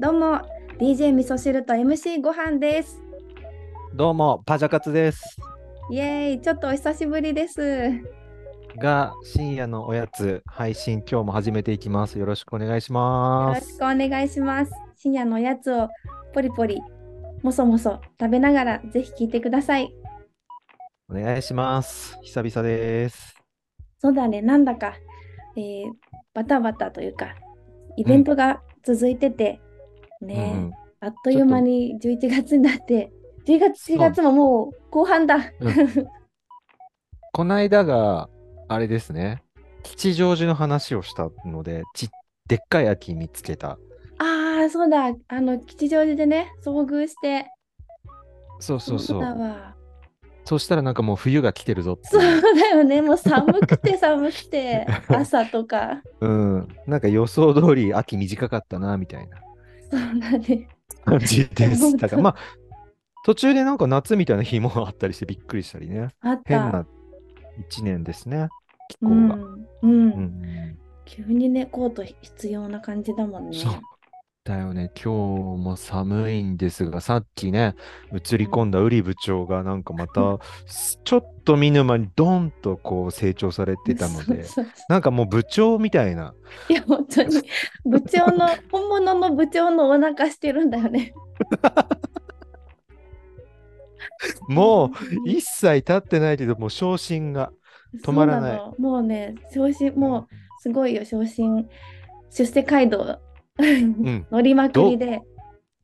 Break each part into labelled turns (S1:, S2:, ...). S1: どうも DJ 味噌汁と MC ご飯です
S2: どうも、パジャカツです。
S1: イエーイちょっとお久しぶりです
S2: が、深夜のおやつ配信、今日も始めていきます。よろしくお願いし
S1: よ
S2: ま
S1: ろしく
S2: す
S1: お。願いします深夜のおやつをポリポリもそもそ食べながらぜひ聞いてください
S2: お願いします。久々です。
S1: そうだねなんだか、えーバタバタというかイベントが続いてて、ね、あっという間に11月になって10月
S2: そう
S1: 4月ももう後半だ、
S2: うんこないだが、あれですね、吉祥寺の話をしたので、ちでっかい秋見つけた。
S1: ああそうだあの吉祥寺でね遭遇して
S2: そうそうそ
S1: だ
S2: う。
S1: わ
S2: そうしたらなんかもう冬が来てるぞって
S1: そう
S2: いう。
S1: だよねもう寒く て寒くて朝とか
S2: うん。なんか予想通り秋短かったな、みたいな
S1: そうだね
S2: 感じで
S1: 本
S2: す。
S1: 当
S2: だからまあ、途中でなんか夏みたいな日もあったりしてびっくりしたりね。
S1: あった
S2: 変な一年ですね、気
S1: う
S2: 候が。
S1: ん、うん
S2: うんうん
S1: 急にねコート必要な感じだもんね
S2: そうだよね、今日も寒いんですが、さっきね、映り込んだウリ部長がなんかまた、すちょっと見ぬ間にドンとこう成長されてたの で、
S1: そうそう
S2: なんかもう部長みたいな、
S1: いや本当に部長 の本物の部長のお腹してるんだよね
S2: もう一切立ってないけど、もう昇進が止まらない
S1: そうのもうね昇進もうすごいよ昇進出世街道、
S2: ん
S1: 乗りまくりで、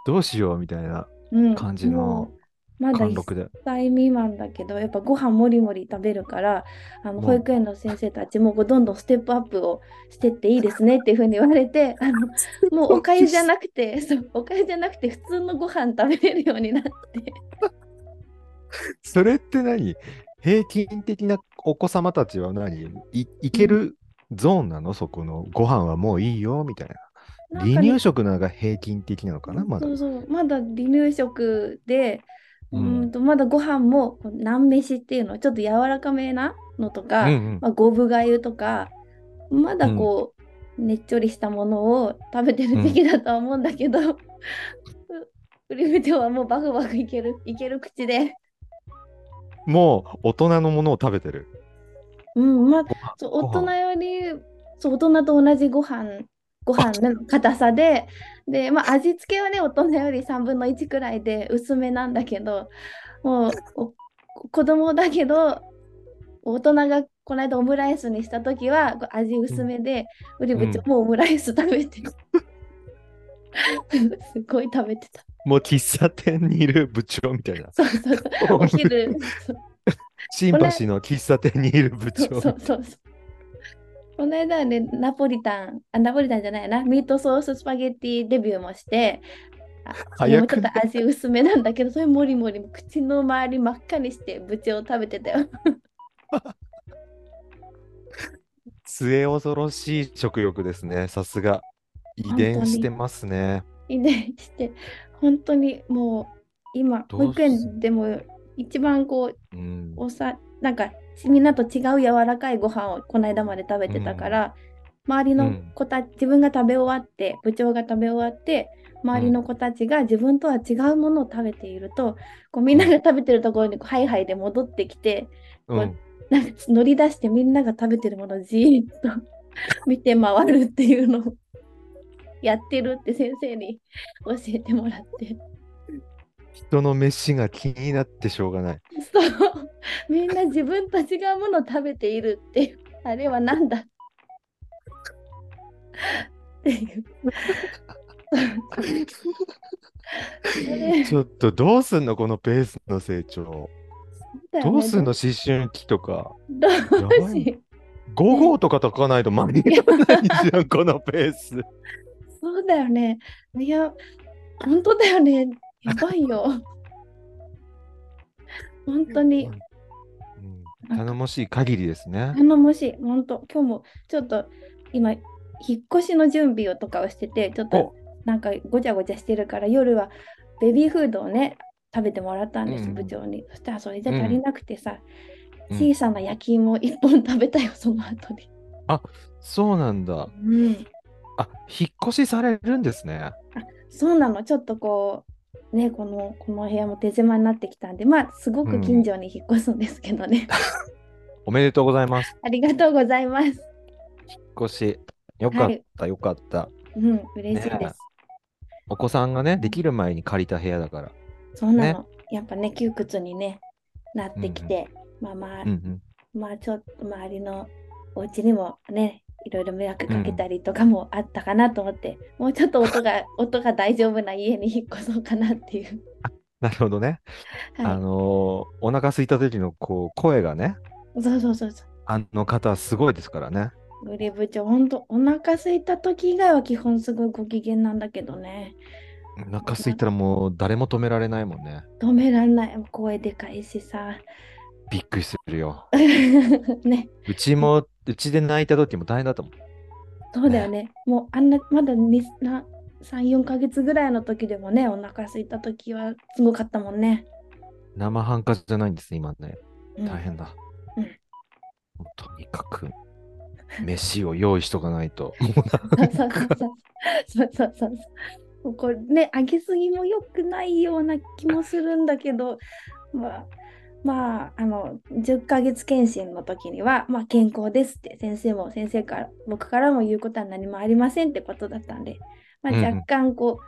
S2: どうしようみたいな
S1: うん、
S2: 感じの
S1: もうまだ
S2: 貫
S1: 1
S2: 禄で。
S1: 歳未満だけどやっぱご飯もりもり食べるからあの
S2: うん
S1: 保育園の先生たちもこうどんどんステップアップをしてっていいですねっていうふうに言われてあのもうおかゆじゃなく てそうおかゆじゃなくて普通のご飯食べれるようになって
S2: それって何平均的なお子様たちは何いいけるゾーンなの、そこのご飯はもういいよみたいな。
S1: なんかね
S2: 離乳食なんか平均的なのかなまだ
S1: そ。うそうまだ離乳食で、う、
S2: うんん
S1: とまだご飯もこう軟飯っていうのちょっと柔らかめなのとか、
S2: うんうん
S1: まあ、五分がゆとかまだこう、ねっちょりしたものを食べてる時期だとは思うんだけど、 うプリムテはもうバクバクいけるいける口で、
S2: もう大人のものを食べてる。
S1: うんまあ、
S2: ご飯
S1: そう
S2: ご
S1: 大
S2: 飯
S1: 人よりそう大人と同じご飯ご飯の硬さでで、まあ、味付けはね大人より3分の1くらいで薄めなんだけどもうお子供だけど大人がこの間オムライスにした時はこう味薄めで、うり部長もオムライス食べて る、すごい食べてた
S2: もう喫茶店にいる部長みたいな。
S1: そうそうそうお昼そう
S2: 新橋の喫茶店にいる部
S1: そうそ
S2: 長
S1: う。そうそう。この間はね、ナポリタン、あ、ナポリタンじゃないな、ミートソーススパゲッティデビューもして、あそれも
S2: 早
S1: ちょ
S2: く
S1: っと味薄めなんだけど、それもりもり口の周り真っ赤にして、部長を食べてたよ。
S2: 末恐ろしい食欲ですね。さすが。遺
S1: 本当
S2: 伝
S1: に
S2: してますね。
S1: 遺伝して、本当にもう今、
S2: どう
S1: 保育園でも一番こう、
S2: うん。
S1: おさ、なんかみんなと違う柔らかいご飯をこの間まで食べてたから、周り
S2: う
S1: の
S2: ん
S1: 子たち、自分が食べ終わって部長が食べ終わって周りの子たちが自分とは違うものを食べていると、こうみんなが食べてるところにこうハイハイで戻ってきて
S2: うん、
S1: なんか乗り出してみんなが食べてるものをじーっと 見て回るっていうのをやってるって先生に教えてもらって。
S2: 人の飯が気になってしょう がない。
S1: そう、みんな自分と違うものを食べているっていう、あれはなんだっていう。それ
S2: ちょっとどうすんのこのペースの成長。
S1: だよね
S2: どうすんの思春期とか。
S1: ど
S2: や
S1: う
S2: ば
S1: し
S2: い5号とか炊かないと間に合わないじゃん、このペース。
S1: そうだよね。いや、本当だよね。やばいよ。本当に
S2: うん頼もしい限りですね。
S1: 頼もしい。本当、今日もちょっと今、引っ越しの準備をとかをしてて、ちょっと
S2: お
S1: なんかごちゃごちゃしてるから、夜はベビーフードをね、食べてもらったんです、
S2: うんうん
S1: 部長に。そしたらそれじゃ足りなくてさ、
S2: うん
S1: 小さな焼き芋を1本食べたよ、その後に。
S2: そうなんだ。
S1: うん、
S2: あ、引っ越しされるんですね。
S1: そうなの、ちょっとこう、ね、この、この部屋も手狭になってきたんで、まあ、すごく近所に引っ越すんですけどね。
S2: おめでとうございます。
S1: ありがとうございます。
S2: 引っ越し。よかった、よかった。
S1: うん、嬉しい
S2: ね
S1: です。
S2: お子さんがね、できる前に借りた部屋だから。
S1: そうなの、やっぱね、窮屈にね、なってきて、まあまあ、
S2: うんうん。
S1: まあ、ちょっと周りのお家にもね、いろいろ迷惑かけたりとかもあったかなと思って、もうちょっと音が、 音が大丈夫な家に引っ越そうかなっていう。
S2: なるほどね。あ
S1: は
S2: のーお腹空いた時のこう声がね、
S1: い。そうそうそうそう。
S2: あの方すごいですからね。
S1: ブリ部長、ほんと、お腹空いた時以外は基本すごいご機嫌なんだけどね。
S2: お腹空いたらもう誰も止められないもんね。
S1: 止めらんない。声でかいしさ。
S2: びっくりするよ。
S1: ね、
S2: うちも、うちで泣いた時も大変だったもん。
S1: そうだよね。もう、あんな、まだにな3、4ヶ月ぐらいの時でもね、お腹空いた時はすごかったもんね。
S2: 生半可じゃないんですね、今ね。
S1: うん
S2: 大変だ。
S1: うん
S2: もうとにかく、飯を用意しとかないと。
S1: そうそうそうそうそうそうそう。これね、上げすぎも良くないような気もするんだけど、まあ、まあ、あの、10ヶ月検診の時には、まあ、健康ですって、先生も、先生から、僕からも言うことは何もありませんってことだったんで、まあ、
S2: うんうん
S1: 若干こ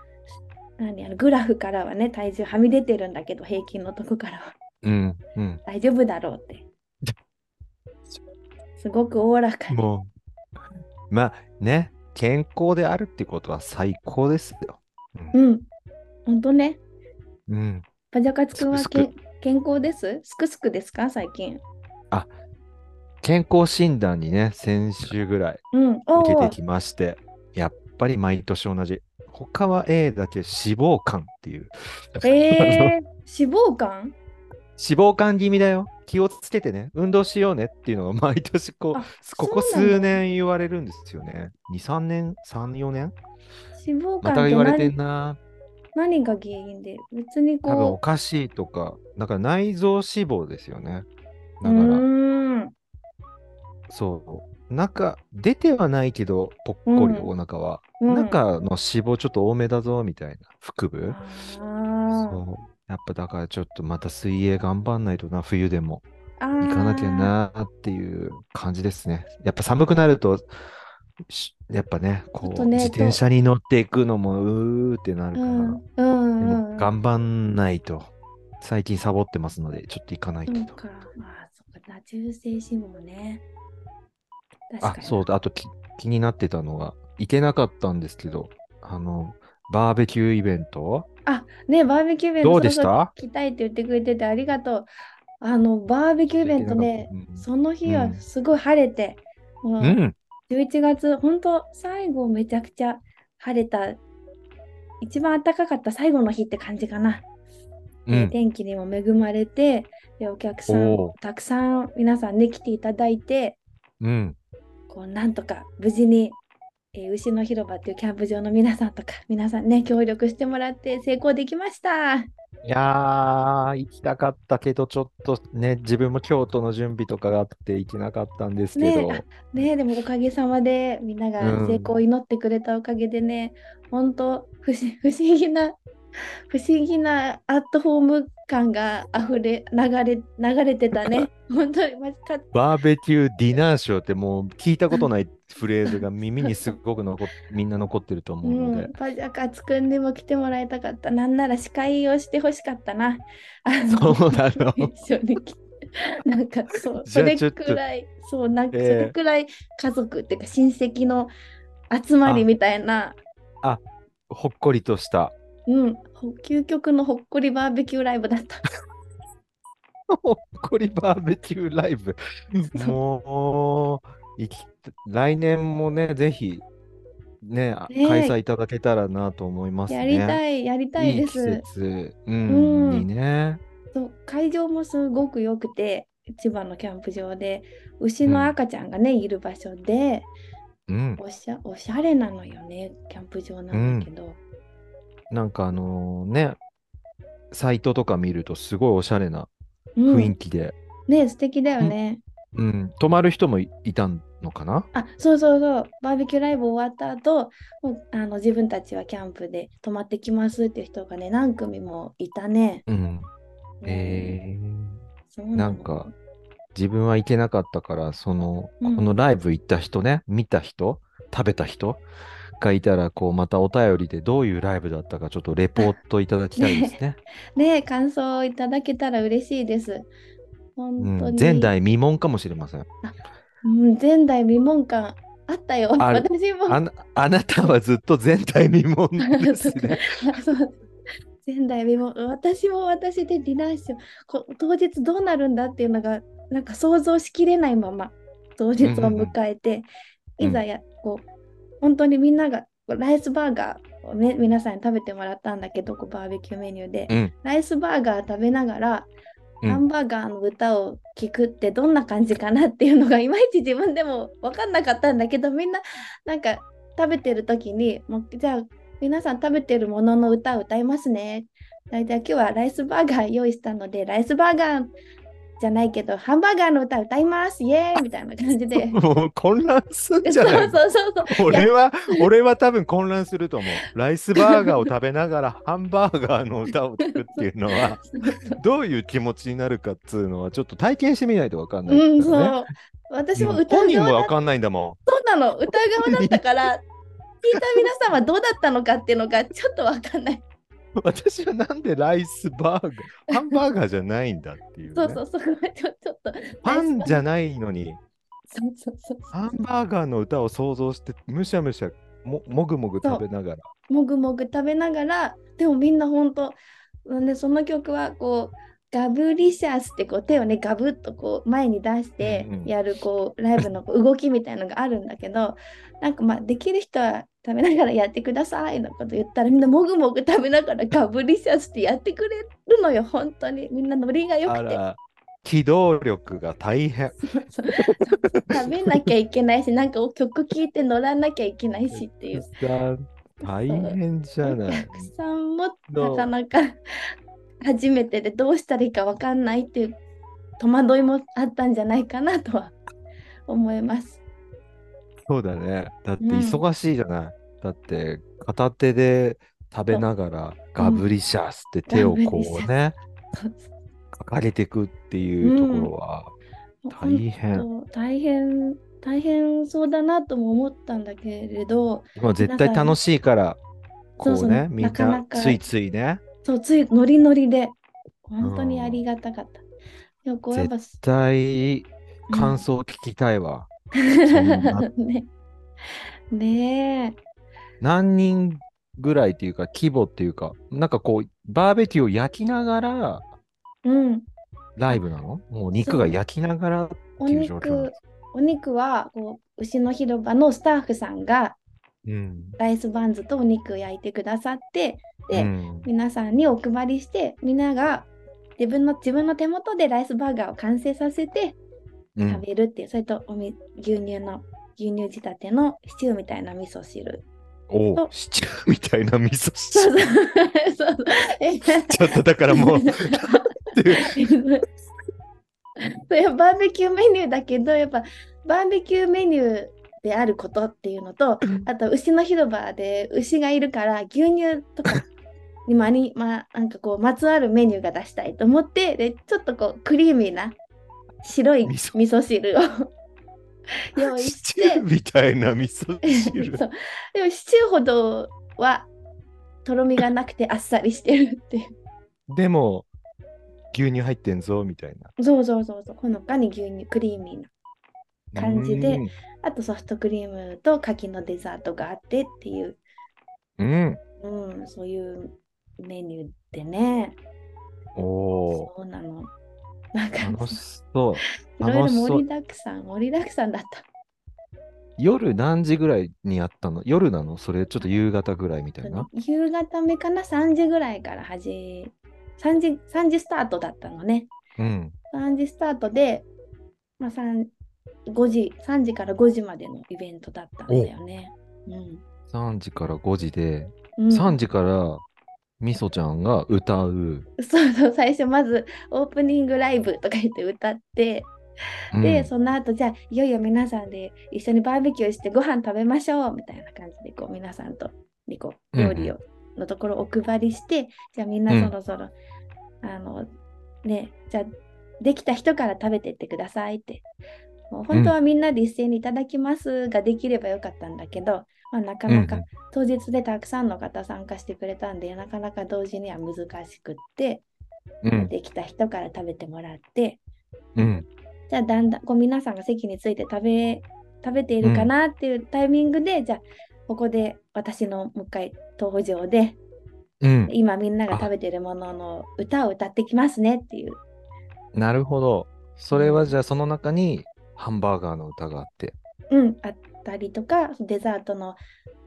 S1: う、何あのグラフからはね、体重はみ出てるんだけど、平均のとこからは
S2: うん、うん。
S1: 大丈夫だろうって。すごくおおらかに。
S2: もう、まあね、健康であるってことは最高ですよ。
S1: うん、ほんとね。
S2: うん。
S1: パジャカツくんは
S2: すくすく
S1: け健康ですすくすくですか最近。
S2: 健康診断にね、先週ぐらい
S1: うん。お
S2: 受け
S1: お
S2: てきまして、やっぱり毎年同じ。他は A だけ脂肪肝っていう。
S1: ー。 えー、脂肪肝
S2: 脂肪肝気味だよ。気をつけてね、運動しようねっていうのが 毎年こ
S1: あ
S2: う、ここ
S1: そうな
S2: 数
S1: んだ
S2: 年言われるんですよね。2、3年、3、4年
S1: 脂肪
S2: また
S1: 肝っ
S2: 言われて
S1: て
S2: んな。
S1: 何何が原因で別に
S2: 多分お
S1: こ
S2: かしいとか、だから内臓脂肪ですよね。
S1: う。
S2: だか
S1: う
S2: ら、
S1: ーん。
S2: そう。中、出てはないけど、ぽっこり
S1: うん
S2: お腹は。
S1: うん
S2: 中の脂肪ちょっと多めだぞ、みたいな。腹部
S1: あ
S2: そう。やっぱだからちょっとまた水泳頑張んないとな、冬でも。
S1: あ。
S2: 行かなきゃ。なーっていう感じですね。やっぱ寒くなると、しやっぱね、
S1: ちょ
S2: こ
S1: っ
S2: う、
S1: とね
S2: 自転車に乗っていくのも、うーってなる
S1: う
S2: から、
S1: ん。うん
S2: で
S1: う
S2: も
S1: ん。
S2: 頑張んないと。最近サボってますので、ちょっと行かないけ
S1: そう
S2: ど。
S1: か。まあ、そうか。中性脂肪ね。確
S2: あ
S1: か、に。
S2: そうだ、あとき気になってたのが、行けなかったんですけど、あの、バーベキューイベント
S1: あ、ね、バーベキューイベント
S2: どうでし
S1: そろそろ
S2: た
S1: 聞きたいって言ってくれててありがとう。あの、バーベキューイベントね、
S2: 行けなかった
S1: その日
S2: うん
S1: はすごい晴れて、もう
S2: うんうん。
S1: 11月、本当最後めちゃくちゃ晴れた、一番暖かかった最後の日って感じかな。
S2: う
S1: で
S2: ん。
S1: 天気にも恵まれて、でお客さん
S2: おー、
S1: たくさん皆さんね、来ていただいて、
S2: うん。
S1: こうなんとか無事に、えー牛の広場っていうキャンプ場の皆さんとか、皆さんね、協力してもらって成功できました。
S2: いやー、行きたかったけど、ちょっとね、自分も京都の準備とかがあって行けなかったんですけど、
S1: ねねえでもおかげさまでみんなが
S2: うん
S1: 成功を祈ってくれたおかげでね、本当不思 不思議な不思議なアットホーム感があふれ流れ流れてた ね本当にまた
S2: バーベキューディナーショーってもう聞いたことないフレーズが耳にすごく残っみんな残ってると思
S1: う
S2: うので、
S1: んパジャカツくんでも来てもらいたかったなんなら司会をしてほしかったなあの
S2: そうだろう。
S1: 一緒に来て なんかそう
S2: じ
S1: そ
S2: ゃあ
S1: れ
S2: ちょっと
S1: くらいそうなんか
S2: え
S1: そ
S2: え
S1: れくらい家族っていうか親戚の集まりみたいな
S2: ほっこりとした。
S1: うん、ほ究極のほっこりバーベキューライブだった。
S2: ほっこりバーベキューラ イブ。もう、行き来年もね、ぜひ、ね、あ
S1: ねえ
S2: 開催いただけたらなと思いますね。
S1: やり
S2: い
S1: たい、やりたい
S2: い
S1: で
S2: い季
S1: す。
S2: 節、うん
S1: うん
S2: にね。
S1: そう会場もすごく良くて、千葉のキャンプ場で、牛の赤ちゃんがね、いる場所で
S2: うん。
S1: おしゃ、おしゃれなのよね、キャンプ場なんだけど。
S2: なんかあのね、サイトとか見るとすごいおしゃれな
S1: うん
S2: 雰囲気で、
S1: ね、素敵だよね。
S2: うん、泊まる人もいいたんのかな
S1: あ、そうそうそう、バーベキューライブ終わった後、もうあの自分たちはキャンプで泊まってきますっていう人がね、何組もいたね。
S2: うん。
S1: うん
S2: え
S1: そう
S2: ー、
S1: な
S2: なん
S1: の
S2: か、自分は行けなかったから、その、
S1: うん
S2: このライブ行った人ね、見た人、食べた人がいたら、こう、またお便りでどういうライブだったか、ちょっとレポートいただきたいで すね。
S1: ね、感想をいただけたら嬉しいです。
S2: う
S1: 本当
S2: ん、
S1: に。
S2: 前代未聞かもしれません。
S1: うん、前代未聞感あったよ。
S2: ある
S1: 私も。
S2: あなあなたはずっと前代未聞です ね。
S1: そう前代未聞。私も私でディナーショーこ当日どうなるんだっていうのが、なんか想像しきれないまま、当日を迎えて、
S2: うんうんうん
S1: いざや、こう、本当にみんなが、こうライスバーガーをね、皆さんに食べてもらったんだけど、こうバーベキューメニューで、
S2: うん
S1: ライスバーガー食べながら、
S2: うん
S1: ハンバーガーの歌を聴くってどんな感じかなっていうのがいまいち自分でも分かんなかったんだけどみんななんか食べてる時にもうじゃあ皆さん食べてるものの歌を歌いますね。大体今日はライスバーガー用意したのでライスバーガーじゃないけどハンバーガーの歌を歌いますイ エーイみたいな感じで。
S2: もう混乱すんじ
S1: そ
S2: ゃ
S1: う
S2: な
S1: そう
S2: い
S1: そうそう。
S2: 俺は、俺は多分混乱すると思う。ライスバーガーを食べなが らハンバーガーの歌を聴くっていうのは、どういう気持ちになるかっつうのは、ちょっと体験してみないとわかんない、
S1: うん、そ
S2: ね。
S1: う。私も
S2: うん
S1: 歌
S2: 本
S1: う
S2: 人も
S1: 側
S2: わ
S1: だ
S2: かんないんだも
S1: そうなの歌う側だったから聞いた皆さんはどうだったのかっていうのがちょっとわかんない。
S2: ん。 私はなんでライスバーガー、ハンバーガーじゃないんだっていう、ね。
S1: そうそうそこがちょちょっと。
S2: パンじゃないのに、
S1: そうそうそう
S2: ハンバーガーの歌を想像して、むしゃむしゃ、ももぐもぐ食べながら。
S1: もぐもぐ食べながらでもみんなほんとなんでその曲はこうガブリシャスってこう手をねガブッとこう前に出して
S2: うんうん
S1: やるこうライブのこう動きみたいのがあるんだけどなんかまあできる人は食べながらやってくださいのこと言ったらみんなもぐもぐ食べながらガブリシャスってやってくれるのよ本当にみんなノリが良
S2: あ
S1: くて
S2: ら、機動力が大変。
S1: そう 食べなきゃいけないしなんか曲聴いて乗らなきゃいけないしっていう
S2: 大変じゃ
S1: お
S2: ない。
S1: 客さんも
S2: ど
S1: な
S2: う
S1: かなか初めてでどうしたらいいかわかんないっていう戸惑いもあったんじゃないかなとは 思います。
S2: そうだね。だって
S1: うん
S2: 忙しいじゃない。だって片手で食べながらガブリシャスって手をこうね、かかれてくっていうところは大変。
S1: 本当大変大変そうだなとも思ったんだけれど
S2: 今絶対楽しいから、こ
S1: そううそ
S2: ね、
S1: う
S2: みん
S1: なかな
S2: な
S1: か
S2: ついついね。
S1: そうついノリノリで本当にありがたかった。よくやっぱ
S2: 絶
S1: う
S2: 対
S1: ん
S2: 感想聞きたいわ。そんな
S1: ねね
S2: 何人ぐらいっていうか規模っていうか、なんかこうバーベキューを焼きながら
S1: え、うん、
S2: ライブなのもう肉が焼きながら
S1: お
S2: っていう状況なん
S1: 肉
S2: です
S1: お肉はこう牛の広場のスタッフさんが
S2: うん。
S1: ライスバンズとお肉を焼いてくださってで
S2: うん
S1: 皆さんにお配りしてみんなが自分の自分の手元でライスバーガーを完成させて
S2: う
S1: 食
S2: ん、
S1: べるっていう、それとおみ牛乳の牛乳仕立てのシチューみたいな味噌汁。
S2: お
S1: と
S2: うシチューみたいな味噌
S1: そ
S2: 汁
S1: うそうそうそうえ
S2: ちょっとだか らもうなんていう
S1: そういやバーベキューメニューだけどやっぱバーベキューメニューであることっていうのとあと牛の広場で牛がいるから牛乳とかにまに、まあ、なんかこうまつわるメニューが出したいと思ってでちょっとこうクリーミーな白い
S2: 味
S1: 味
S2: 噌
S1: 噌汁 を用意
S2: シ
S1: し
S2: チュー
S1: て
S2: みたいな味噌汁
S1: そうでもシチューほどはとろみがなくてあっさりしてるっていう。
S2: でも牛乳入ってんぞみたいな
S1: そうそうそうそう、ほのかに牛乳クリーミーな。感じであとソフトクリームと柿のデザートがあってっていう、
S2: うん、うん
S1: うん、そういうメニューでね。
S2: おお
S1: そうなの。なんか、
S2: 楽しそう
S1: いろいろ
S2: 楽しそ
S1: 盛
S2: う
S1: りだくさん、盛りだくさんだった。
S2: 夜何時ぐらいにあったの夜なのそれちょっと夕方ぐらいみたいな
S1: 夕方目かな、3時ぐらいから始め、3時、3時スタートだったのね。
S2: うん
S1: 3時スタートで、まあ、3、5時、3時から5時までのイベントだったんだよね。うん
S2: 3時から5時で、
S1: うん、
S2: 3時からみそちゃんが歌う
S1: そうそう最初まずオープニングライブとか言って歌ってで、その後じゃあいよいよ皆さんで一緒にバーベキューしてご飯食べましょうみたいな感じでこう皆さんとでこう料理をのところをお配りして、じゃあみんなそろそろ、あのねじゃあできた人から食べてってくださいってもう本当はみんなで一斉にいただきますができればよかったんだけど、まあ、なかなか当日でたくさんの方参加してくれたんでなかなか同時には難しくって、
S2: うん、
S1: できた人から食べてもらって、
S2: うん、
S1: じゃあだんだんこう皆さんが席について食べ食べているかなっていうタイミングで、うん、じゃあここで私のもう一回登場で、
S2: うん、
S1: 今みんなが食べてるものの歌を歌ってきますねっていう。
S2: なるほど。それはじゃあその中にハンバーガーの歌があって。
S1: うん、あったりとか、デザートの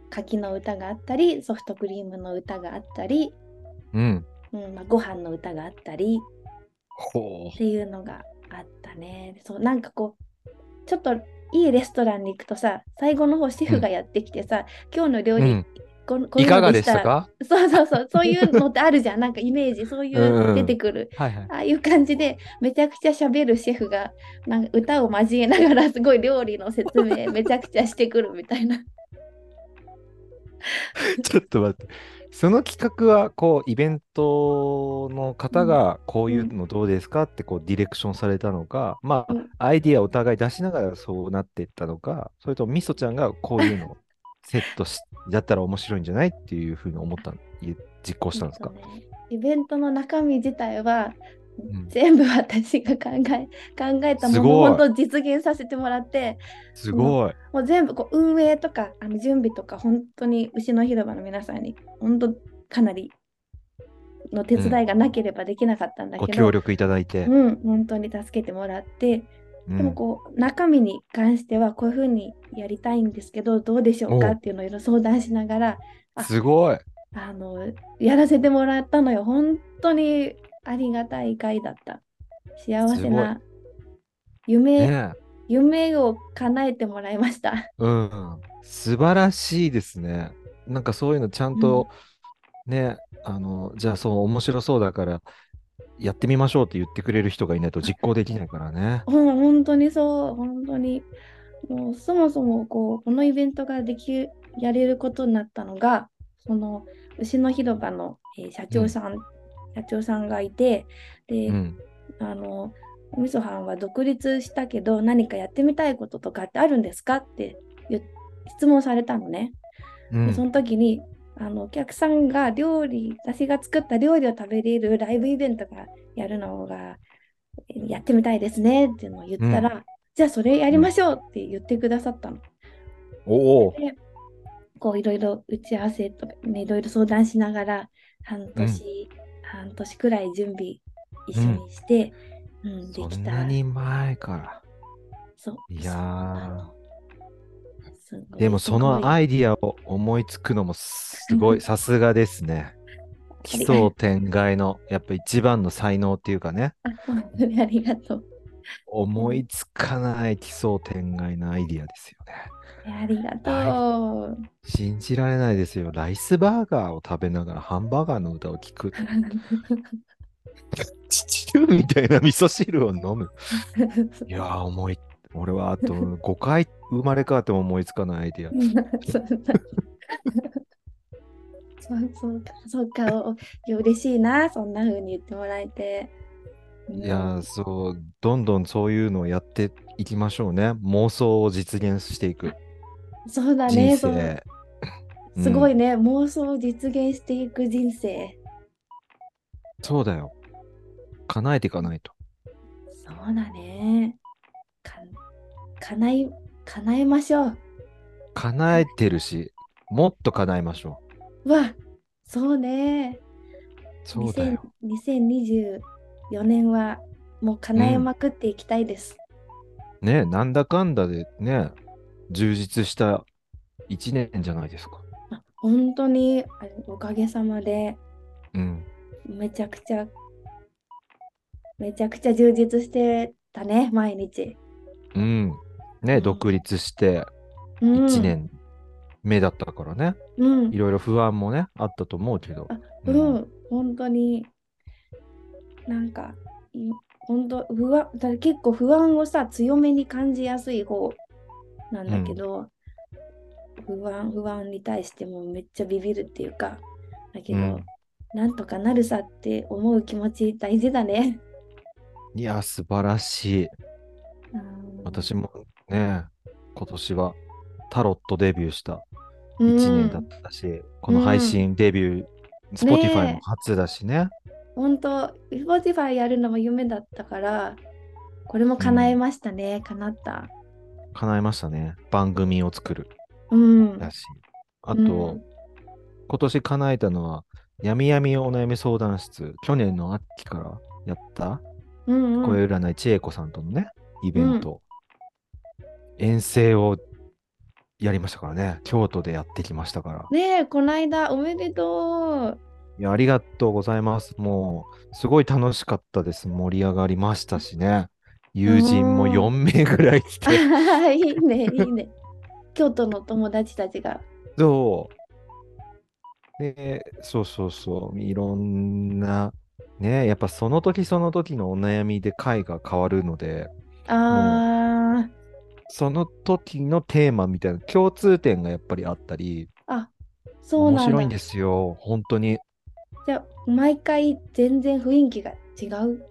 S1: 柿の歌があったり、ソフトクリームの歌があったり、
S2: うん。
S1: うんまあ、ご飯の歌があったり。
S2: ほ
S1: う。っていうのがあったね。そう、なんかこう、ちょっといいレストランに行くとさ、最後の方、シェフがやってきてさ、うん、今日の料理、うん
S2: ここいかがでしたか
S1: そうそうそう、そういうのってあるじ ゃん、なんかイメージ、そういう出てくる、
S2: うんうんはいはい、
S1: ああいう感じで、めちゃくちゃ喋るシェフが、なんか歌を交えながら、すごい料理の説 明、めちゃくちゃしてくるみたいな。
S2: ちょっと待って、その企画は、こう、イベントの方が、こういうのどうですかって、こう、ディレクションされたのか、うん、まあ、うん、アイディアお互い出しながらそうなっていったのか、それとみそちゃんがこういうの。セットしだったら面白いんじゃないっていうふうに思った実行したんですか、
S1: ね、イベントの中身自体は、うん、全部私が考え考えたものを本当実現させてもらって
S2: すごい
S1: もう全部こう運営とかあの準備とか本当に牛の広場の皆さんに本当かなりの手伝いがなければできなかったんだけど、うん、
S2: ご協力いただいて
S1: うん本当に助けてもらってでもこう、うん、中身に関してはこういうふうにやりたいんですけどどうでしょうかっていうのをいろいろ相談しながら
S2: すごい
S1: あのやらせてもらったのよ本当にありがたい回だった幸せな夢、ね、夢を叶えてもらいました
S2: うん素晴らしいですねなんかそういうのちゃんと、うん、ねあのじゃあそう面白そうだからやってみましょうって言ってくれる人がいないと実行できないからね。
S1: うん、本当にそう、本当に。もうそもそもこうこのイベントができやれることになったのが、その牛の広場の、えー、社長さん、うん、社長さんがいて、で、うん、あの、みそはんは独立したけど、何かやってみたいこととかってあるんですかって質問されたのね。うん、その時に、あのお客さんが料理、私が作った料理を食べれるライブイベントがやるのがやってみたいですねっていうのを言ったら、うん、じゃあそれやりましょうって言ってくださったの。
S2: おお。
S1: こういろいろ打ち合わせとか、ね、いろいろ相談しながら半年、うん、半年くらい準備一緒にして、うん、うん、できた。そん
S2: なに前から。
S1: そう。
S2: いやでもそのアイディアを思いつくのもすごい、さすがですね。奇想天外の、やっぱ一番の才能っていうかね。
S1: あ、本当にありがとう。
S2: 思いつかない奇想天外なアイディアですよ、
S1: ね。ありがとう、はい
S2: 信じられないですよ。ライスバーガーを食べながらハンバーガーの歌を聴 く。チチューみたいな味噌汁を飲む。いやー、思い俺はあ と5回生まれ変わっても思いつかないアイディア。
S1: そうそうか、そうか、お嬉しいな、そんな風に言ってもらえて。
S2: うん、いや、そう、どんどんそういうのをやっていきましょうね。妄想を実現していく。
S1: そうだね、そう。すごいね、うん、妄想を実現していく人生。
S2: そうだよ。叶えていかないと。
S1: そうだね。か叶い叶えましょう
S2: 叶えてるしもっと叶えましょ
S1: うわそうね
S2: そうだよ
S1: 2024年はもう叶えまくっていきたいです、
S2: うん、ねなんだかんだでね充実した1年じゃないですか
S1: 本当におかげさまで、
S2: うん、
S1: めちゃくちゃめちゃくちゃ充実してたね毎日
S2: うん。ね、うん、独立して1年目だったからね、
S1: うん、
S2: いろいろ不安もね、あったと思うけど。
S1: うん、うん、本当に、なんか、本当不安だから結構不安をさ強めに感じやすい方なんだけど、不安不安に対してもめっちゃビビるっていうかだけど、
S2: うん
S1: なんとかなるさって思う気持ち大事だね。
S2: いや、素晴らしい。
S1: うん
S2: 私もね、今年はタロットデビューした
S1: うん
S2: 1年だったし、この配信デビュー、Spotify も初だしね。
S1: 本当 Spotify やるのも夢だったからこれも叶えましたね、叶った
S2: 叶えましたね。番組を作る
S1: うん
S2: だし。あ
S1: う
S2: と
S1: ん、
S2: 今年叶えたのは、やみやみお悩み相談室、去年の秋からやった
S1: うんうん
S2: 声占い千恵子さんとのね、イベント、遠征をやりましたからね、京都でやってきましたから。
S1: ねえこないだおめでとう
S2: いや、ありがとうございます。もう、すごい楽しかったです。盛り上がりましたしね。友人も
S1: うん
S2: 4名ぐらい来て、
S1: いいねいいね京都の友達たちが
S2: そう。で、そうそうそう、いろんな、ね、やっぱその時その時のお悩みで回が変わるので、
S1: あー
S2: その時のテーマみたいな共通点がやっぱりあったり、
S1: あそうなん
S2: 面
S1: だ
S2: 白いんですよ、本当に。
S1: じゃあ毎回全然雰囲気が違う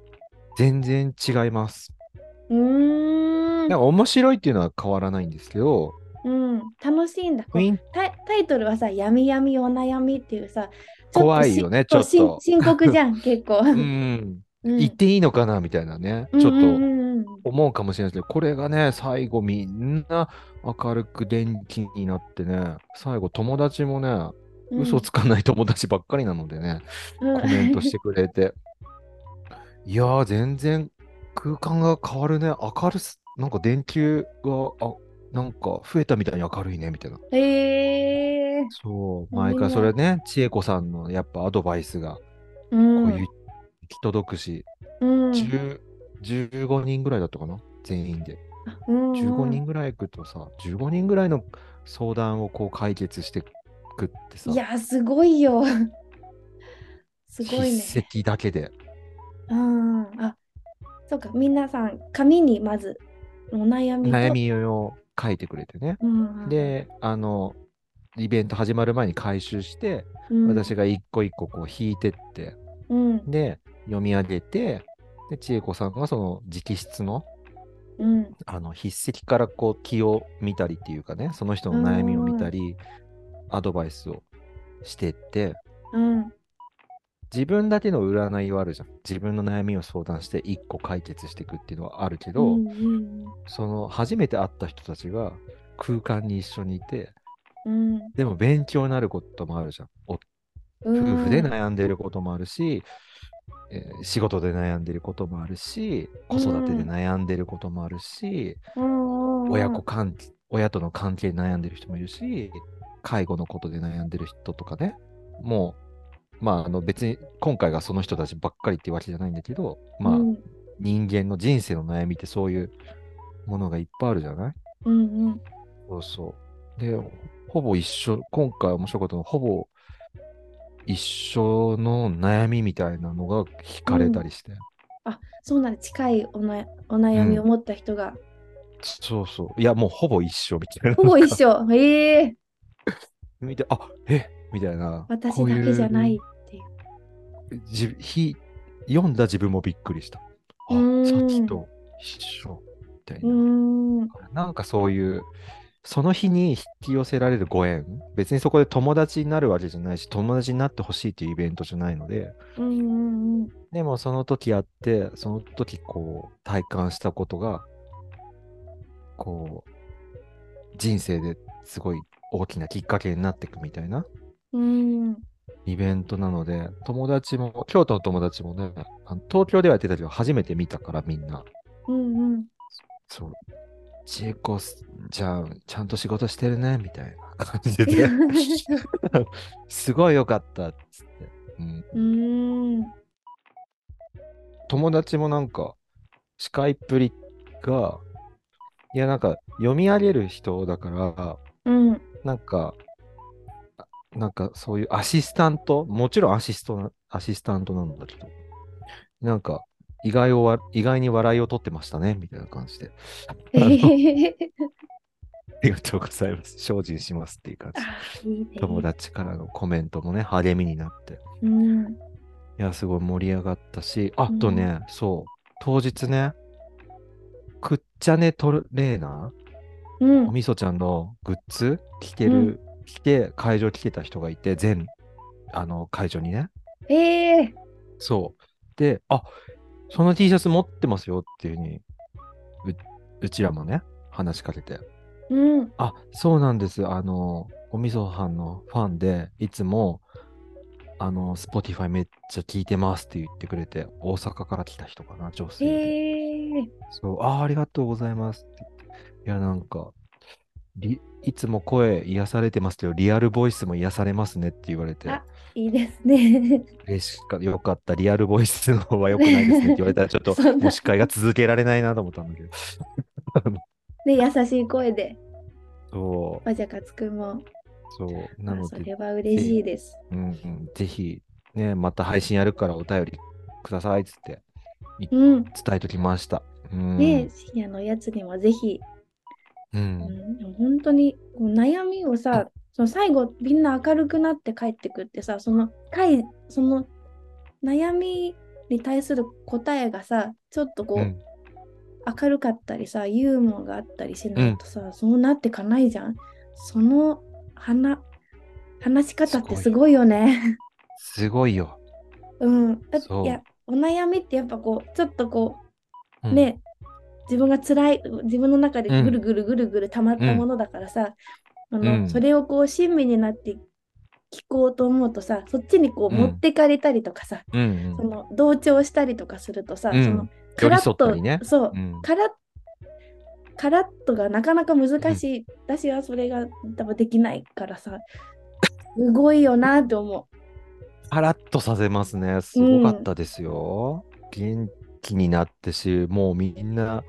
S2: 全然違います。
S1: うーん
S2: なんか面白いっていうのは変わらないんですけど、
S1: うん楽しいんだこう
S2: 雰囲
S1: タイタイトルはさ「やみやみお悩み」っていうさちょっと
S2: 怖いよね
S1: しそう
S2: ちょっと
S1: しん深刻じゃん結 構、
S2: 気、うん、
S1: うん
S2: 言っていいのかなみたいなね、
S1: うん
S2: ちょ
S1: うんう
S2: っ
S1: んうん
S2: と思うかもしれないですけど、これがね、最後みんな明るく元気になってね、最後友達もね、
S1: うん
S2: 嘘つかない友達ばっかりなのでね、
S1: うん
S2: コメントしてくれて、いやー、全然空間が変わるね、明るす、なんか電球が、あなんか増えたみたいに明るいねみたいな。
S1: へえ
S2: そう、
S1: あみ
S2: 毎
S1: んな
S2: 回それね、千恵子さんのやっぱアドバイスが
S1: う
S2: こ
S1: ん
S2: ういう行き届くし、
S1: うん
S2: 10 15人ぐらいだったかな、全員で。
S1: うん
S2: 15人ぐらい行くとさ、15人ぐらいの相談をこう解決してくってさ、
S1: いやすごいよ すごいね
S2: 筆跡だけで。
S1: うんあそうか皆さん紙にまずお悩みと
S2: 悩みを書いてくれてね。
S1: うん、
S2: で、あの、イベント始まる前に回収して、
S1: うん、
S2: 私が一個一個こう引いてって、
S1: うん
S2: で、読み上げて、で、千恵子さんがその直筆の、
S1: うん
S2: あの、筆跡からこう気を見たりっていうかね、その人の悩みを見たり、アドバイスをしてって、
S1: うん
S2: 自分だけの占いはあるじゃん。自分の悩みを相談して一個解決していくっていうのはあるけど、
S1: うんうん
S2: その初めて会った人たちが空間に一緒にいて、
S1: うん
S2: でも勉強になることもあるじゃん。お
S1: う
S2: 夫
S1: ん
S2: 婦で悩んでることもあるし、えー仕事で悩んでることもあるし、子育てで悩んでることもあるし、
S1: うんうん
S2: 親子関係、親との関係で悩んでる人もいるし、介護のことで悩んでる人とかね、もう、まあ、あの別に今回がその人たちばっかりってわけじゃないんだけど、まあ、
S1: うん
S2: 人間の人生の悩みってそういうものがいっぱいあるじゃない
S1: うんうん
S2: そうそう。で、ほぼ一緒、今回面白かったのは、ほぼ一緒の悩みみたいなのが惹かれたりして。
S1: そうなんだ近いおなお悩みを持った人が、
S2: そうそう。いや、もうほぼ一緒 みたいな。
S1: ほぼ一緒ええ
S2: 見て、あえみたいな。
S1: 私だけじゃないっていう
S2: こういうじひ読んだ自分もびっくりした。
S1: う
S2: あ
S1: ーん
S2: さっきと一緒みたいうな。
S1: ん
S2: なんかそういう、その日に引き寄せられるご縁、別にそこで友達になるわけじゃないし、友達になってほしいっていうイベントじゃないので、
S1: うんうんうん
S2: でもその時あって、その時こう体感したことが、こう、人生ですごい大きなきっかけになっていくみたいな
S1: うん
S2: イベントなので、友達も、京都の友達もね、あの東京ではやってたけど、初めて見たからみんな、
S1: うんうん
S2: そう、ちえこちゃん、ちゃんと仕事してるね、みたいな感じで、すごいよかったっつって、うん。
S1: うん
S2: 友達もなんか、司会っぷりが、いや、なんか、読み上げる人だから、
S1: うん
S2: なんか、あなんかそういうアシスタント、もちろんアシストな、アシスタントなんだけど、なんか、意外をわ意外に笑いを取ってましたね、みたいな感じで。
S1: えー、
S2: ありがとうございます。精進しますっていう感じ。
S1: あいいね。
S2: 友達からのコメントもね、励みになって。
S1: うん。
S2: いや、すごい盛り上がったし、あとね、そう、当日ね、くっちゃねトレーナ
S1: う
S2: ー、
S1: ん
S2: お。みそちゃんのグッズ着て
S1: う
S2: る、着て、会場来てた人がいて、全、あの、会場にね。
S1: ええ
S2: そう。で、あその T シャツ持ってますよっていうふうに、ううちらもね、話しかけて。
S1: うん。
S2: あ、そうなんです。あの、おみそはんのファンで、いつも、あの、Spotify めっちゃ聞いてますって言ってくれて、大阪から来た人かな、女性で。
S1: ええ
S2: そう、あー、ありがとうございますって言って。いや、なんか、リいつも声癒されてますけど、リアルボイスも癒されますねって言われて、
S1: あいいですね。
S2: 嬉しかよかった、リアルボイスの方は良 くないですねって言われたら、ちょっと
S1: そん、な
S2: もう司会が続けられないなと思ったんだけど。
S1: ね、優しい声で、
S2: そう、
S1: まじゃかつくんも。
S2: そう、な
S1: あ
S2: の
S1: そ
S2: で、
S1: れは嬉しいです。
S2: うんうん、ぜひ、ね、また配信やるからお便りくださいっつって
S1: うん。
S2: 伝えときました。うん
S1: ね、深夜のおやつにもぜひ、
S2: う、
S1: うんん、でも本当にこう悩みをさ、その最後みんな明るくなって帰ってくってさ、その回、その悩みに対する答えがさ、ちょっとこう、
S2: うん
S1: 明るかったりさユーモアがあったりしないとさ、そうなってかないじゃんその話話し方ってす
S2: す
S1: ごいよね
S2: すごいよ。
S1: うんだ
S2: そう
S1: いやお悩みってやっぱこうちょっとこ
S2: う、
S1: うんね、自分が辛い自分の中で
S2: うん
S1: ぐるぐるぐるぐる溜まったものだからさ、あの
S2: うん
S1: それをこう親身になって聞こうと思うとさそっちにこう
S2: うん
S1: 持ってかれたりとかさ、
S2: うんうん
S1: その同調したりとかするとさ、
S2: うん
S1: その
S2: 寄り添ったりね
S1: そう、
S2: うん
S1: カラッカラッとがなかなか難しい。私はそれが多分できないからさ、すごいよなって思。
S2: パラッとさせますね。すごかったですよ。元気になってし、もうみんな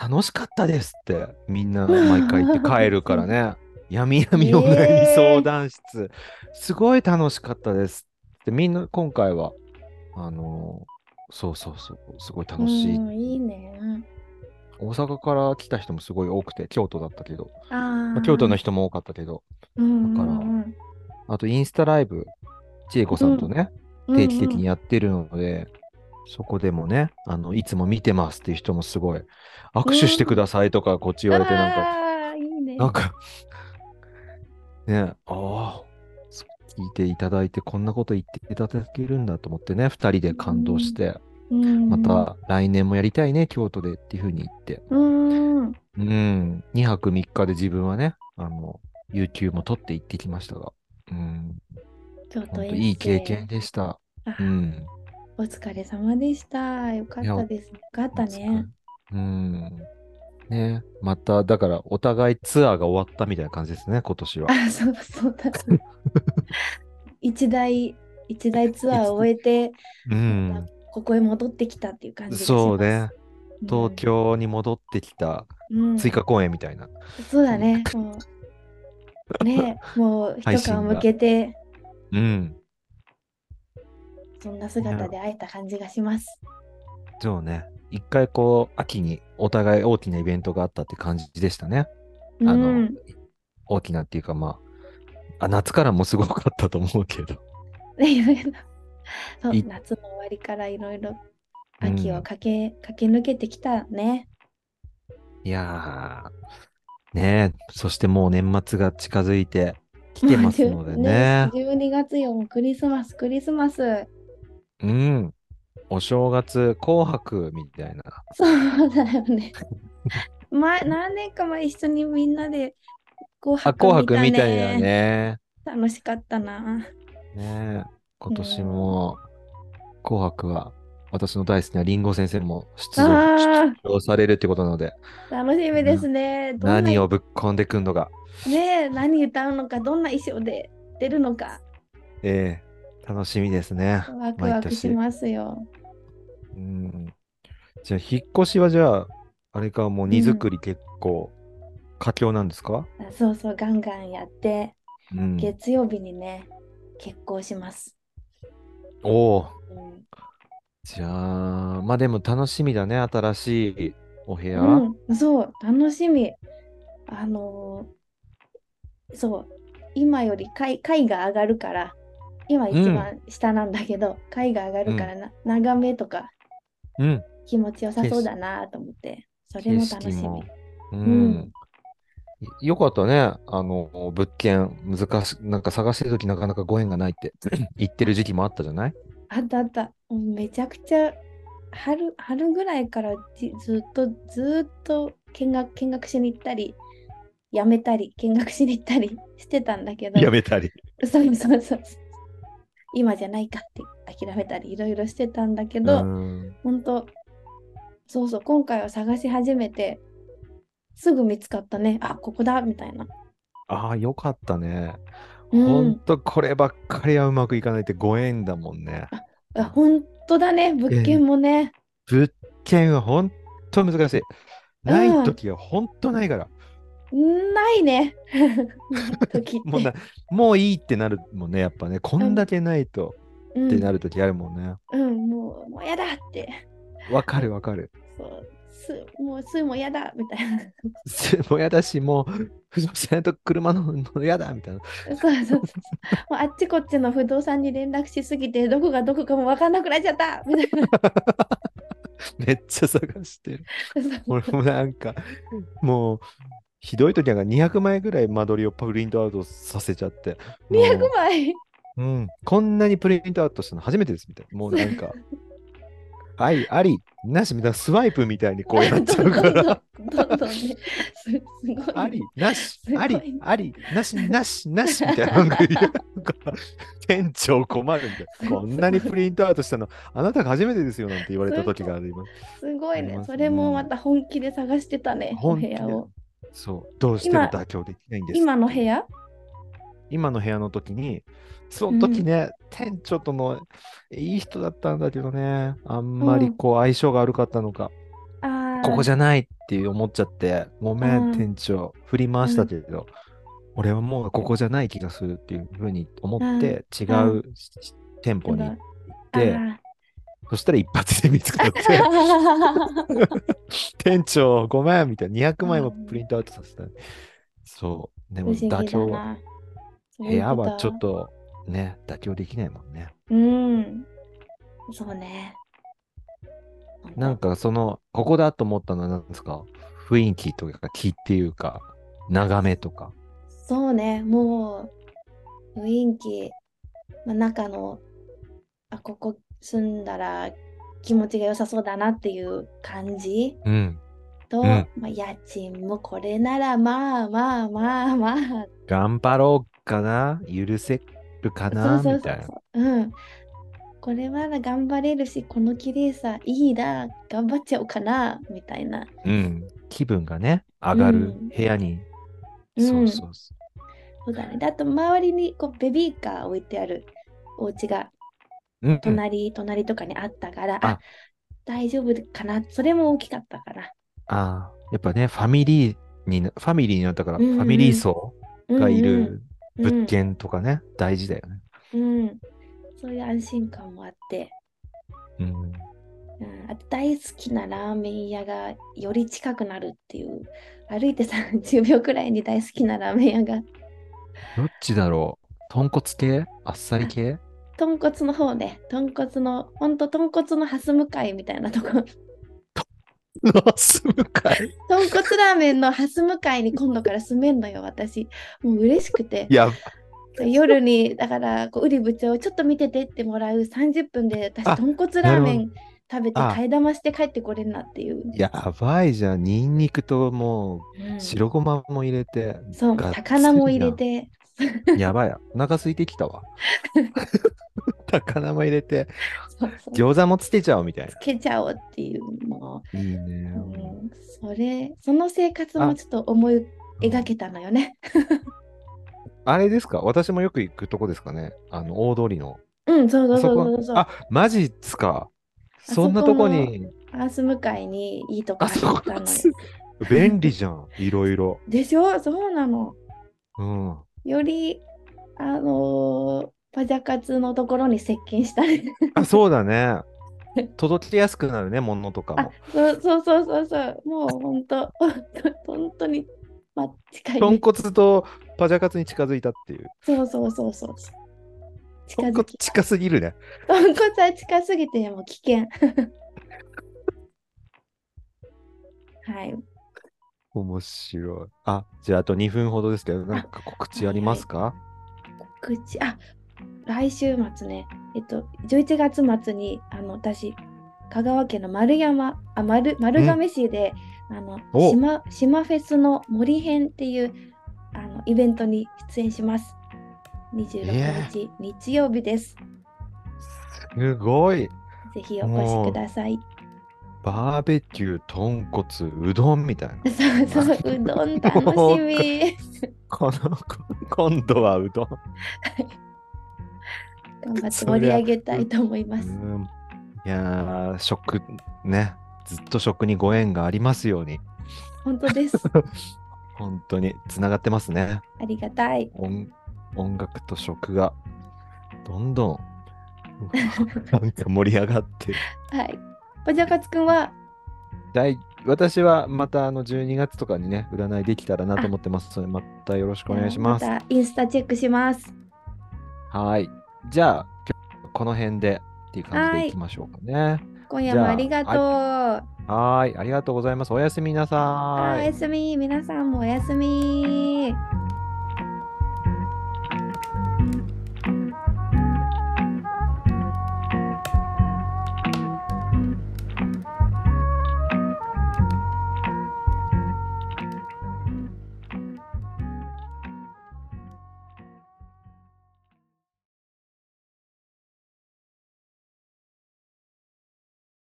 S2: 楽しかったですって、みんな毎回言って帰るからね。闇闇お悩み相談室、すごい楽しかったですって、みんな今回は、あのそうそうそう、すごいう楽しい。
S1: うん、いいね。
S2: 大阪から来た人もすごい多くて、京都だったけど、
S1: あ
S2: まあ
S1: あ。
S2: 京都の人も多かったけど、
S1: うん
S2: だから
S1: うん
S2: あとインスタライブ、千恵子さんとね、
S1: うん、
S2: 定期的にやってるので、そこでもねあの、いつも見てますっていう人もすごい、握手してくださいとか、こっち言われて、なんか、
S1: か。ああ、いいね。
S2: なんか、ね、ああ、そう聞いていただいて、こんなこと言っていただけるんだと思ってね、二人で感動して、
S1: うん
S2: ま。た来年もやりたいね、京都でっていうふうに言って、
S1: うん。
S2: うん、2泊3日で自分はね、あの、有給も取って行ってきましたが、うん、
S1: 京都
S2: 本
S1: 遠
S2: 当
S1: 征
S2: いい経験。でした。
S1: あ
S2: うん。
S1: お疲れ様でした。よかったです。よかったね。
S2: うん。ねまた、だから、お互いツアーが終わったみたいな感じですね、今年は。
S1: あ、そうそうだ。 一大一大ツアーを終えて。
S2: う
S1: ま
S2: ん。
S1: たここへ戻ってきたっていう感じがします
S2: そうね。。
S1: うん
S2: 東、京に戻ってきた
S1: うん
S2: 追加公演みたいな。
S1: そうだね。もうねも う
S2: 配
S1: 一皮
S2: 信が
S1: 向けて
S2: うん。
S1: そんな姿で会えた感じがします。
S2: そうね。一回こう、秋にお互い大きなイベントがあったって感じでしたね。
S1: うん、
S2: あの、大きなっていうか、まあ、あ、夏からもすごかったと思うけど。
S1: いろいろ そう
S2: い
S1: 夏の終わりからいろいろ
S2: うん
S1: 秋を駆け、駆け抜けてきたね。
S2: いやー。ねえそしてもう年末が近づいてきてますので ね
S1: もう。ね12月よもうクリスマスクリスマス。
S2: うん。お正月、紅白みたいな。
S1: そうだよ ね。前何年か前一緒にみんなで紅
S2: あ、
S1: 白
S2: 紅白みたい
S1: 見
S2: だね。
S1: 楽しかったな。
S2: ねえ今年も、紅白は、私の大好きなリンゴ先生も出場
S1: あ
S2: 出場されるってことなので、
S1: あ、楽しみですね。どんな
S2: 何をぶっこんでくんのか、
S1: ねえ何歌うのか、どんな衣装で出るのか、
S2: ええ楽しみですね。
S1: ワクワクしますよ。
S2: うん。じゃあ、引っ越しはじゃあ、あれか、もう荷造り結構、佳境なんですか
S1: あそうそう、ガンガンやって、
S2: うん。
S1: 月曜日にね、結婚します。
S2: おお、
S1: うん
S2: じゃあ、まあでも楽しみだね、新しいお部屋。
S1: うん、そう、楽しみ。あのーそう、今より階階が上がるから、今一番下なんだけど、階が上がるからな、眺めとか
S2: うん、
S1: 気持ちよさそうだなと思って、それ
S2: 景
S1: も楽
S2: 色
S1: しみ。
S2: も。うん
S1: ん
S2: いよかったね、あの、物件、難し、なんか探してるときなかなかご縁がないって 言ってる時期もあったじゃない
S1: あったあった。うんめちゃくちゃ春春ぐらいからじずっとずっと見学見学しに行ったり、やめたり、見学しに行ったりしてたんだけど、
S2: めたり。
S1: そうそうそうそう。今じゃないかって諦めたりいろいろしてたんだけ
S2: う
S1: ど、
S2: ん。
S1: ほんと、そうそう、今回は探し始めて、すぐ見つかったね。あ、ここだみたいな。
S2: ああ、よかったね。
S1: うん
S2: ほんと、こればっかりはうまくいかないってご縁だもんね。
S1: あ、本当だね。物件もね。
S2: 物件はほんと難しい。ないときはほんとないから。
S1: ない ね。時って。
S2: もうな、もういいってなるもんね、やっぱね。こんだけないと
S1: うん
S2: ってなるときあるもんね。
S1: うん、もう、もうやだって。
S2: わかるわかる。
S1: そう、す、もう、すもやだみたいな。
S2: す もうやだし、もう、不動産屋と車ののやだみたいな。
S1: そうそうそう。もうあっちこっちの不動産に連絡しすぎて、どこがどこかも分かんなくなっちゃったみたいな。
S2: めっちゃ探して る。
S1: そう
S2: 俺もなんか、もう、ひどいときなんか200枚ぐらい間取りをプリントアウトさせちゃって。もう
S1: 200枚
S2: うん、こんなにプリントアウトしたの初めてですみたいな。もうなん か、あり、あり、なしみたいな、スワイプみたいにこうやっちゃう から、
S1: どんどんどんどんね。すすごい。
S2: あり、なし
S1: す、ごい
S2: あり、あり、なし、なし、なしみたいな。なんか店長困るみ たいな。こんなにプリントアウトしたの、あなたが初めてですよなんて言われた時があります。
S1: すごい
S2: あり
S1: ね
S2: ま。す
S1: それもまた本気で探してたね、お
S2: 本
S1: 部
S2: 気で
S1: 屋を。
S2: そう、どうしても妥協できないんです。
S1: 今の部屋
S2: 今の部屋の時に、その時ね、店長とのいい人だったんだけどね、あんまりこう相性が悪かったのか、
S1: ああ、
S2: ここじゃないって思っちゃって、ごめ
S1: うん
S2: ん、店長、振り回したけど、俺はもうここじゃない気がするっていうふうに思って、違
S1: う
S2: うし店舗に行っ
S1: あ
S2: て、
S1: ー
S2: そしたら一発で見つかって、店長、ごめんみたいな、200枚もプリントアウトさせた。そう、 で
S1: 不
S2: も
S1: 思議だ
S2: 妥協は、
S1: な。そう
S2: 部
S1: いう
S2: 屋
S1: こと
S2: はちょっとね、妥協できないもんね。
S1: うん。そうね。
S2: なんかその、ここだと思ったのは何ですか雰囲気というか、気っていうか、眺めとか。
S1: そうね、もう雰囲気、まあ、中のあここ住んだら気持ちが良さそうだなっていう感じ
S2: うん。
S1: と、
S2: うん
S1: まあ、家賃もこれならまあまあまあまあ
S2: 頑張ろうかな許せるかな
S1: そう
S2: み
S1: そ
S2: たいうな
S1: そう。そう、うん、これなら頑張れるしこの綺麗さいいな頑張っちゃおうかなみたいな、
S2: うん。気分がね、上がる
S1: うん
S2: 部屋に。
S1: うん、
S2: そうそうそ
S1: そうだねであと周りにこうベビーカー置いてあるお家が
S2: う。うん、うん。
S1: 隣、隣とかにあったから、
S2: あ
S1: あ大丈夫かな、それも大きかったから。
S2: ああ、やっぱね、ファミリーにな、ファミリーになったから、
S1: うんうん
S2: ファミリー層がいる
S1: うんうん
S2: 物件とかね、大事だよね。
S1: うん、うんそういう安心感もあって、
S2: うん。
S1: うん、あと大好きなラーメン屋がより近くなるっていう、歩いて30秒くらいに大好きなラーメン屋が、
S2: どっちだろう豚骨系あっさり系
S1: 豚骨の方ね、豚骨の、ほんと豚骨のハス向かいみたいなとこ、
S2: 住むかい
S1: 豚骨ラーメンのハス向かいに今度から住めんのよ、私。もう嬉しくて。
S2: やば
S1: 夜にだからこうウリ部長をちょっと見ててってもらう30分で私
S2: あ
S1: 豚骨ラーメ
S2: な
S1: ン食べて
S2: あ
S1: 替え玉して帰ってこれんなっていう、
S2: やばいじゃん。ニンニクとも
S1: うん
S2: う白ごまも入れて。
S1: そう
S2: がっつりな
S1: 魚も入れて
S2: やばい。お腹空いてき たわ。 高菜も入れて、
S1: そうそう
S2: 餃子もつけちゃおうみたい
S1: つけちゃおうっていうも
S2: な。いいね。
S1: う、うん、それその生活もちょっと思い描けたのよね
S2: あれですか私もよく行くとこですかねあの、大通りの。
S1: うんそうそう
S2: あ
S1: そう
S2: こ
S1: そうそう
S2: あ、マジっすか
S1: あそこ
S2: そんなとこに、
S1: アース向かいにいいとこ
S2: あ
S1: あっ
S2: そ
S1: た
S2: こ
S1: のよ
S2: 便利じゃん。いろいろ。
S1: でしょそうなの
S2: うん。
S1: よりあのーパジャカツのところに接近したね
S2: あ、そうだね。届きやすくなるね、ものとか
S1: あ
S2: も。、
S1: そうそうそうそうそう、もう本当、本当に、まあ、近い、
S2: 豚骨とパジャカツに近づいたっていう。
S1: そうそうそうそう。近
S2: 豚
S1: づ
S2: 骨
S1: き、
S2: 近すぎるね。
S1: 豚骨は近すぎてもう危険。 はい。
S2: 面白い。あ、じゃああと2分ほどですけど、なんか告知ありますか
S1: 告知、あ、来週末ね、えっと、11月末に、あの、私、香川県の丸山、あ、丸、丸亀市で、あの、
S2: お
S1: 島、島フェスの森編っていう、あの、イベントに出演します。26日、日曜日です。
S2: すごい。
S1: ぜひお越しください。
S2: バーベキュー、豚骨、うどんみたいな。
S1: そうそう、うどん楽しみ。
S2: こ の、今度はうどん。
S1: 頑張って盛り上げたいと思います。
S2: うんいやー、食、ね、ずっと食にご縁がありますように、
S1: 本当 です。
S2: 本当につながってますね。
S1: ありがたい。
S2: 音音楽と食が、どんどん、 うわなんか盛り上がってる。
S1: はい。パジャカツくんは、
S2: 第私はまたあの12月とかにね、占いできたらなと思ってますので、またよろしくお願いします。
S1: たインスタチェックします。
S2: はい。じゃあ、今日この辺でっていう感じでいきましょうかね。
S1: 今夜もありがとう。
S2: はーい。ありがとうございます。おやすみなさーい。
S1: おやすみ。皆さんもおやすみ。